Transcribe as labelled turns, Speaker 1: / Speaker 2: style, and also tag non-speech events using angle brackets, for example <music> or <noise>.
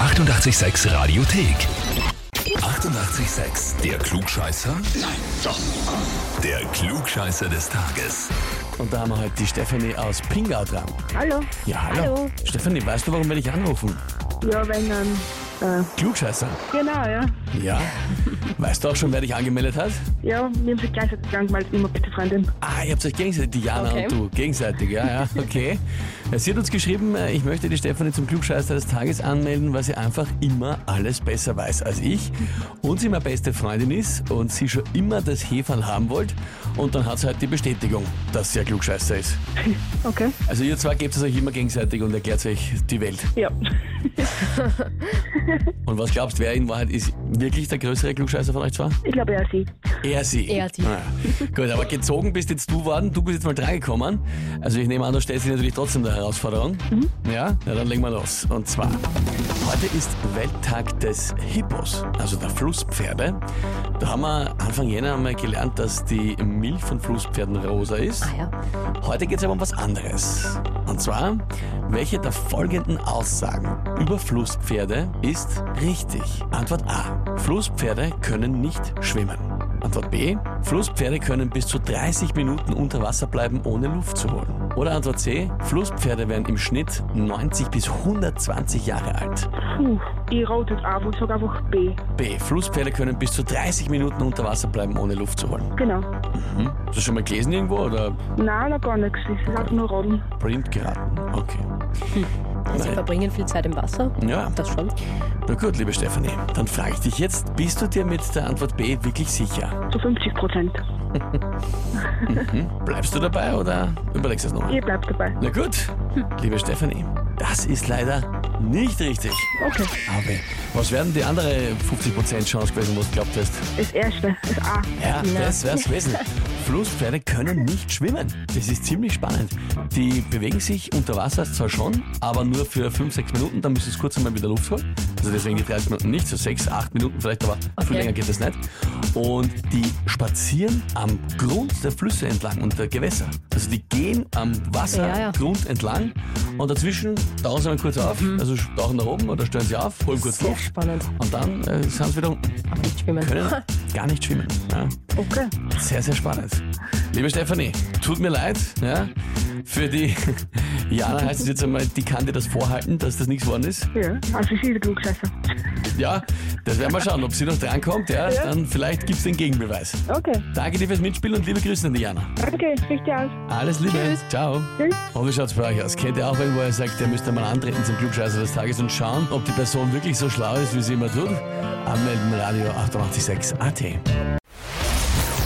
Speaker 1: 886 Radiothek. 88,6. Der Klugscheißer? Nein, doch. Der Klugscheißer des Tages.
Speaker 2: Und da haben wir heute die Stefanie aus Pingau dran.
Speaker 3: Hallo.
Speaker 2: Ja, hallo.
Speaker 3: Hallo.
Speaker 2: Stefanie, weißt du, warum wir dich anrufen?
Speaker 3: Ja, wenn dann. Äh,
Speaker 2: Klugscheißer.
Speaker 3: genau, ja.
Speaker 2: Ja. Weißt du auch schon, wer dich angemeldet hat?
Speaker 3: Ja, wir haben sich gleichzeitig angemalt, immer beste Freundin.
Speaker 2: Ah, ihr habt euch gegenseitig, die Jana
Speaker 4: Okay.
Speaker 2: und du. Gegenseitig, ja, ja, okay. Sie hat uns geschrieben, äh, ich möchte die Stefanie zum Klugscheißer des Tages anmelden, weil sie einfach immer alles besser weiß als ich und sie meine beste Freundin ist und sie schon immer das Heferl haben wollt. Und dann hat sie halt die Bestätigung, dass sie ein Klugscheißer ist.
Speaker 3: Okay.
Speaker 2: Also ihr zwei gebt es euch immer gegenseitig und erklärt euch die Welt.
Speaker 3: Ja.
Speaker 2: Und was glaubst du, wer in Wahrheit ist wirklich der größere Klugscheißer von euch zwei?
Speaker 3: Ich glaube, ja, sie.
Speaker 2: Er sie.
Speaker 4: Er sie.
Speaker 2: Ah, gut, aber gezogen bist jetzt du worden, du bist jetzt mal drangekommen. Also ich nehme an, du stellst dich natürlich trotzdem der Herausforderung.
Speaker 4: Mhm.
Speaker 2: Ja? Na, dann legen wir los. Und zwar, heute ist Welttag des Hippos, also der Flusspferde. Da haben wir Anfang Jänner einmal gelernt, dass die Milch von Flusspferden rosa ist.
Speaker 4: Ah ja.
Speaker 2: Heute geht es aber um was anderes. Und zwar, welche der folgenden Aussagen über Flusspferde ist richtig? Antwort A. Flusspferde können nicht schwimmen. Antwort B. Flusspferde können bis zu 30 Minuten unter Wasser bleiben, ohne Luft zu holen. Oder Antwort C. Flusspferde werden im Schnitt 90 bis 120 Jahre alt.
Speaker 3: Puh, ich rate jetzt einfach, sag einfach B.
Speaker 2: B. Flusspferde können bis zu 30 Minuten unter Wasser bleiben, ohne Luft zu holen.
Speaker 3: Genau.
Speaker 2: Hm? Hast du das schon mal gelesen irgendwo oder
Speaker 3: Nein, noch gar nichts. Ich sag nur raten.
Speaker 2: blind geraten? Okay.
Speaker 4: Also
Speaker 2: Nein.
Speaker 4: verbringen viel Zeit im Wasser.
Speaker 2: Ja.
Speaker 4: Das schon.
Speaker 2: Na gut, liebe Stefanie, dann frage ich dich jetzt, bist du dir mit der Antwort B wirklich sicher?
Speaker 3: Zu 50 Prozent.
Speaker 2: Bleibst du dabei oder überlegst du es nochmal?
Speaker 3: Ihr bleibt dabei.
Speaker 2: Na gut, liebe Stefanie, das ist leider nicht richtig.
Speaker 3: Okay.
Speaker 2: Aber was wären die andere 50% Chance gewesen, wo du glaubt hast?
Speaker 3: Das erste ist A.
Speaker 2: Ja,
Speaker 4: Na.
Speaker 2: das wär's
Speaker 4: <laughs>
Speaker 2: gewesen. Flusspferde können nicht schwimmen. Das ist ziemlich spannend. Die bewegen sich unter Wasser zwar schon, aber nur für 5, 6 Minuten, dann müssen sie kurz einmal wieder Luft holen. Also deswegen die 30 Minuten nicht, so 6, 8 Minuten vielleicht, aber viel
Speaker 4: Okay.
Speaker 2: länger geht das nicht. Und die spazieren am Grund der Flüsse entlang und der Gewässer. Also die gehen am
Speaker 4: Ja, ja.
Speaker 2: Wassergrund entlang und dazwischen tauchen sie mal kurz auf, also tauchen nach oben oder stellen sie auf, holen kurz
Speaker 4: Mhm. Sehr
Speaker 2: Luft
Speaker 4: spannend.
Speaker 2: und dann äh, sind sie wieder unten.
Speaker 4: Aber nicht schwimmen.
Speaker 2: Können gar nicht schwimmen. Ja.
Speaker 3: Okay.
Speaker 2: Sehr, sehr spannend. Liebe Stefanie, tut mir leid. Ja, für die <laughs> Jana heißt es jetzt einmal, die kann dir das vorhalten, dass das nichts worden ist.
Speaker 3: Ja, also sie ist der Klugscheißer.
Speaker 2: Ja, das werden wir schauen. Ob sie noch drankommt, ja,
Speaker 3: Ja.
Speaker 2: dann vielleicht gibt es den Gegenbeweis.
Speaker 3: Okay.
Speaker 2: Danke dir fürs Mitspielen und liebe Grüße an die Jana.
Speaker 3: Danke, richtig aus.
Speaker 2: Alles Liebe. Ciao.
Speaker 3: Tschüss.
Speaker 2: Und wie schaut's bei euch aus? Kennt ihr auch wen, wo ihr sagt, ihr müsst einmal antreten zum Klugscheißer des Tages und schauen, ob die Person wirklich so schlau ist, wie sie immer tut? Anmelden Radio 886 AT.